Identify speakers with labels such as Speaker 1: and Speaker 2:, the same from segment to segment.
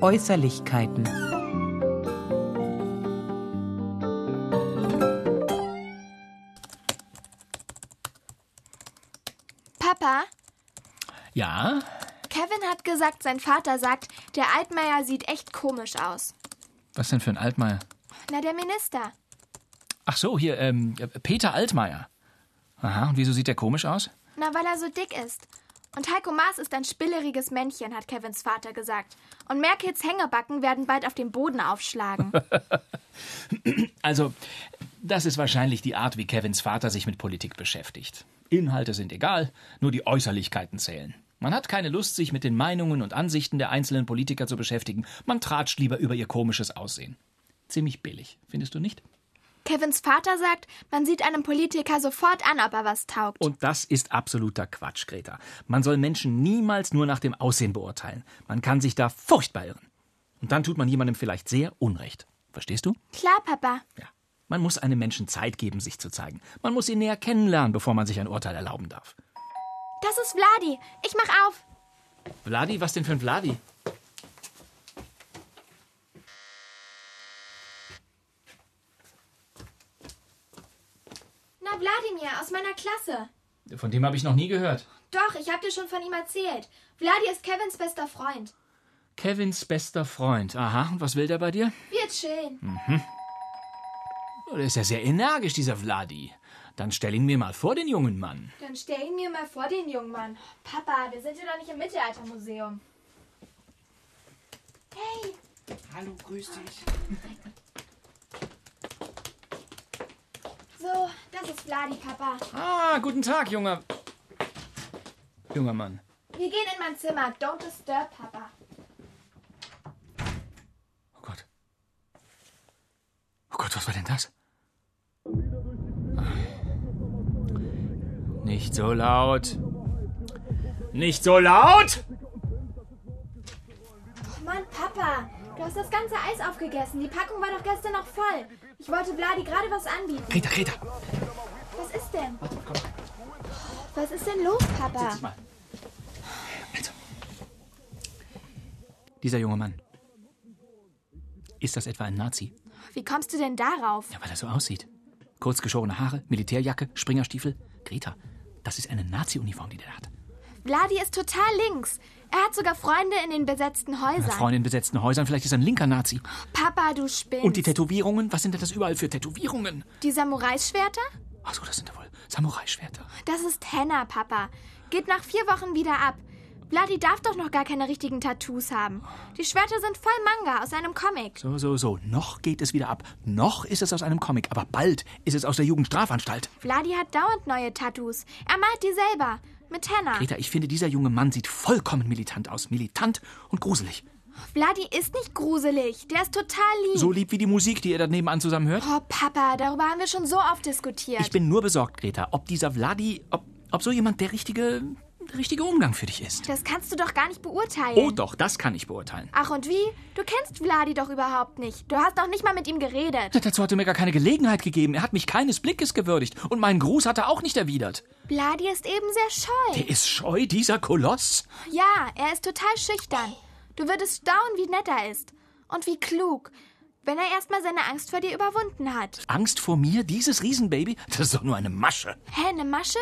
Speaker 1: Äußerlichkeiten.
Speaker 2: Papa,
Speaker 3: Ja,
Speaker 2: Kevin hat gesagt, sein Vater sagt, der Altmaier sieht echt komisch aus.
Speaker 3: was denn für ein Altmaier?
Speaker 2: Na, der Minister.
Speaker 3: Ach so, hier, ähm, Peter Altmaier. Aha, und wieso sieht der komisch aus?
Speaker 2: Na, weil er so dick ist. Und Heiko Maas ist ein spilleriges Männchen, hat Kevins Vater gesagt. Und Merkels Hängebacken werden bald auf den Boden aufschlagen.
Speaker 3: Also, das ist wahrscheinlich die Art, wie Kevins Vater sich mit Politik beschäftigt. Inhalte sind egal, nur die Äußerlichkeiten zählen. Man hat keine Lust, sich mit den Meinungen und Ansichten der einzelnen Politiker zu beschäftigen. Man tratscht lieber über ihr komisches Aussehen. Ziemlich billig, findest du nicht?
Speaker 2: Kevins Vater sagt, man sieht einem Politiker sofort an, ob er was taugt.
Speaker 3: Und das ist absoluter Quatsch, Greta. Man soll Menschen niemals nur nach dem Aussehen beurteilen. Man kann sich da furchtbar irren. Und dann tut man jemandem vielleicht sehr Unrecht. Verstehst du?
Speaker 2: Klar, Papa.
Speaker 3: Ja. Man muss einem Menschen Zeit geben, sich zu zeigen. Man muss ihn näher kennenlernen, bevor man sich ein Urteil erlauben darf.
Speaker 2: Das ist Vladi. Ich mach auf.
Speaker 3: Vladi, was denn für ein Vladi?
Speaker 2: Na, Wladimir, aus meiner Klasse.
Speaker 3: Von dem habe ich noch nie gehört.
Speaker 2: Doch, ich hab dir schon von ihm erzählt. Vladi ist Kevins bester Freund.
Speaker 3: Kevins bester Freund. Aha, und was will der bei dir?
Speaker 2: Wir chillen.
Speaker 3: Oh, Der ist ja sehr energisch, dieser Vladi. Dann stell ihn mir mal vor, den jungen Mann.
Speaker 2: Dann stell ihn mir mal vor, den jungen Mann. Papa, wir sind ja doch nicht im Mittelaltermuseum. Hey,
Speaker 4: Hallo, grüß dich.
Speaker 2: so, das ist Vladi, Papa.
Speaker 3: Ah, guten Tag, junger. Junger Mann.
Speaker 2: Wir gehen in mein Zimmer. Don't disturb, Papa.
Speaker 3: Oh Gott. Oh Gott, was war denn das? Ah. Nicht so laut. Nicht so laut!
Speaker 2: Oh Mann, Papa, du hast das ganze Eis aufgegessen. Die Packung war doch gestern noch voll. Ich wollte Vladi gerade was anbieten.
Speaker 3: Greta, Greta,
Speaker 2: Was ist denn? Was ist denn los, Papa?
Speaker 3: sitz mal. Also. Dieser junge Mann. Ist das etwa ein Nazi?
Speaker 2: Wie kommst du denn darauf?
Speaker 3: Ja, weil er so aussieht. Kurzgeschorene Haare, Militärjacke, Springerstiefel. Greta, das ist eine Nazi-Uniform, die der hat.
Speaker 2: Vladi ist total links. Er hat sogar Freunde in den besetzten
Speaker 3: Hat
Speaker 2: Häusern.
Speaker 3: Freunde in besetzten Häusern, vielleicht ist er ein linker Nazi.
Speaker 2: Papa, du spinnst.
Speaker 3: Und die Tätowierungen? Was sind denn das überall für Tätowierungen?
Speaker 2: Die Samurai-Schwerter?
Speaker 3: Ach so, das sind ja wohl Samurai-Schwerter.
Speaker 2: Das ist Henna, Papa. Geht nach vier Wochen wieder ab. Vladi darf doch noch gar keine richtigen Tattoos haben. Die Schwerter sind voll Manga aus einem Comic.
Speaker 3: So, so, so. Noch geht es wieder ab. Noch ist es aus einem Comic, aber bald ist es aus der Jugendstrafanstalt.
Speaker 2: Vladi hat dauernd neue Tattoos. Er malt die selber. Mit Henna.
Speaker 3: Greta, ich finde, dieser junge Mann sieht vollkommen militant aus. Militant und gruselig.
Speaker 2: Vladi ist nicht gruselig. Der ist total lieb.
Speaker 3: So lieb wie die Musik, die ihr da nebenan zusammen hört.
Speaker 2: oh, Papa, darüber haben wir schon so oft diskutiert.
Speaker 3: Ich bin nur besorgt, Greta, ob dieser Vladi, ob, ob so jemand der richtige, der richtige Umgang für dich ist.
Speaker 2: das kannst du doch gar nicht beurteilen.
Speaker 3: Oh doch, das kann ich beurteilen.
Speaker 2: Ach und wie? Du kennst Vladi doch überhaupt nicht. Du hast noch nicht mal mit ihm geredet.
Speaker 3: Dazu hat er mir gar keine Gelegenheit gegeben. Er hat mich keines Blickes gewürdigt. Und meinen Gruß hat er auch nicht erwidert.
Speaker 2: Vladi ist eben sehr scheu.
Speaker 3: Der ist scheu, dieser Koloss.
Speaker 2: Ja, er ist total schüchtern. Du würdest staunen, wie nett er ist. Und wie klug. Wenn er erstmal seine Angst vor dir überwunden hat.
Speaker 3: Angst vor mir, dieses Riesenbaby? Das ist doch nur eine Masche.
Speaker 2: Hä, eine Masche?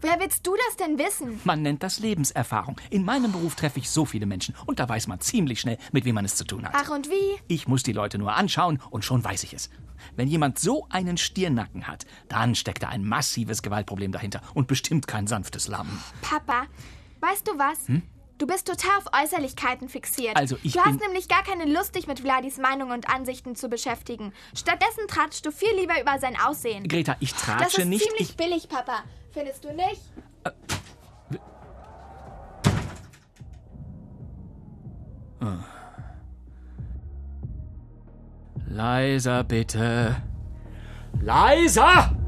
Speaker 2: Woher willst du das denn wissen?
Speaker 3: Man nennt das Lebenserfahrung. In meinem Beruf treffe ich so viele Menschen und da weiß man ziemlich schnell, mit wem man es zu tun hat.
Speaker 2: Ach und wie?
Speaker 3: Ich muss die Leute nur anschauen und schon weiß ich es. Wenn jemand so einen Stiernacken hat, dann steckt da ein massives Gewaltproblem dahinter und bestimmt kein sanftes Lamm.
Speaker 2: Papa, weißt du was? Du bist total auf Äußerlichkeiten fixiert.
Speaker 3: Hm? Also, ich
Speaker 2: du hast
Speaker 3: bin-
Speaker 2: nämlich gar keine Lust, dich mit Vladis Meinung und Ansichten zu beschäftigen. Stattdessen tratschst du viel lieber über sein Aussehen.
Speaker 3: Greta, ich
Speaker 2: Das
Speaker 3: tratsche
Speaker 2: ist
Speaker 3: nicht.
Speaker 2: ziemlich
Speaker 3: Ich,
Speaker 2: billig, Papa. Findest du nicht?
Speaker 3: leiser bitte. Leiser!